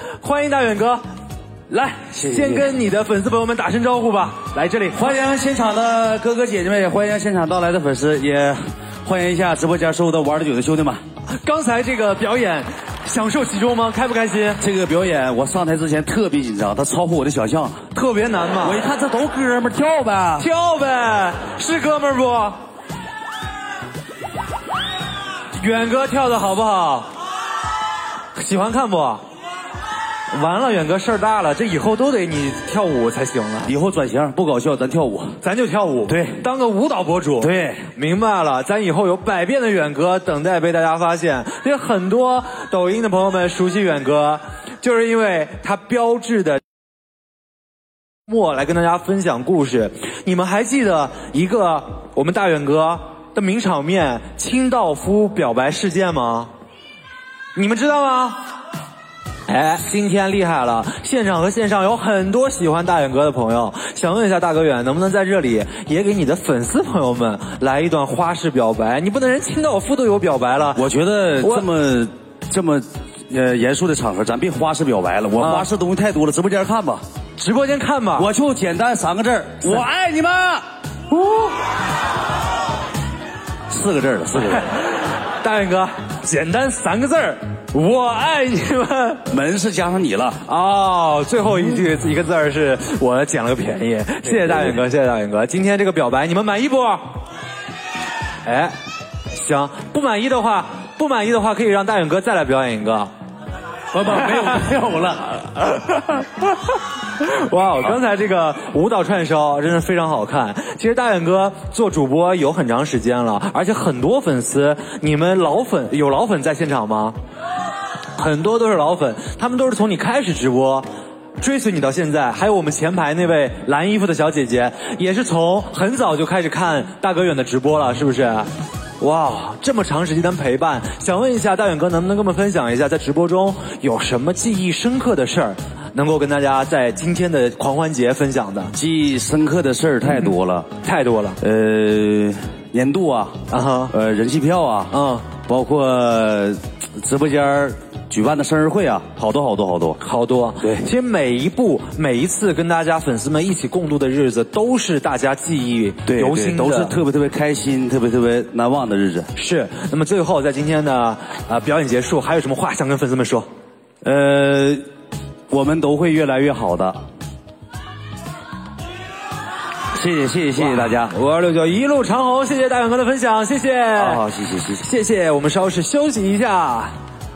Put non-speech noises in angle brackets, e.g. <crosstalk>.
<laughs> 欢迎大远哥，来，谢谢先跟你的粉丝朋友们打声招呼吧。来这里，欢迎现场的哥哥姐姐们，也欢迎现场到来的粉丝，也欢迎一下直播间所有的玩的久的兄弟们。刚才这个表演，享受其中吗？开不开心？这个表演我上台之前特别紧张，它超乎我的想象了。特别难吗？我一看这都哥们儿跳呗，跳呗，是哥们儿不？远哥跳的好不好？喜欢看不？完了，远哥事儿大了，这以后都得你跳舞才行啊了。以后转型不搞笑，咱跳舞。咱就跳舞，对当个舞蹈博主，对，明白了。咱以后有百变的远哥等待被大家发现，因为很多抖音的朋友们熟悉远哥，就是因为他标志的。末来跟大家分享故事，你们还记得一个我们大远哥的名场面——清道夫表白事件吗？你们知道吗？哎，今天厉害了！现场和线上有很多喜欢大远哥的朋友，想问一下大哥远，能不能在这里也给你的粉丝朋友们来一段花式表白？你不能人清道夫都有表白了，我觉得我这么这么呃严肃的场合，咱别花式表白了。我啊花式东西太多了，直播间看吧。直播间看吧。我就简单三个字儿我爱你们。哦四个字儿了，四个字 <laughs> 儿。大远哥，简单三个字儿，我爱你们。门是加上你了。哦，最后一句一个字儿是我捡了个便宜，谢谢大远哥，谢谢大远哥。今天这个表白你们满意不？哎，行，不满意的话，不满意的话可以让大远哥再来表演一个。不不，没有没有了。哇，刚才这个舞蹈串烧真的非常好看。其实大远哥做主播有很长时间了，而且很多粉丝，你们老粉有老粉在现场吗？很多都是老粉，他们都是从你开始直播。追随你到现在，还有我们前排那位蓝衣服的小姐姐，也是从很早就开始看大哥远的直播了，是不是？哇，这么长时间的陪伴，想问一下大远哥，能不能跟我们分享一下，在直播中有什么记忆深刻的事儿，能够跟大家在今天的狂欢节分享的？记忆深刻的事儿太多了，太多了，呃，年度啊，啊哈呃，人气票啊，嗯，包括呃直播间儿举办的生日会啊，好多好多好多。好多。对其实每一步、每一次跟大家粉丝们一起共度的日子，都是大家记忆对，犹对新的，都是特别特别开心、特别特别难忘的日子。是。那么最后，在今天的呃表演结束，还有什么话想跟粉丝们说？呃，我们都会越来越好的。谢谢谢谢谢谢大家。五二六九一路长虹，谢谢大远哥的分享，谢谢，好好，谢谢谢谢。谢谢。我们稍事休息一下。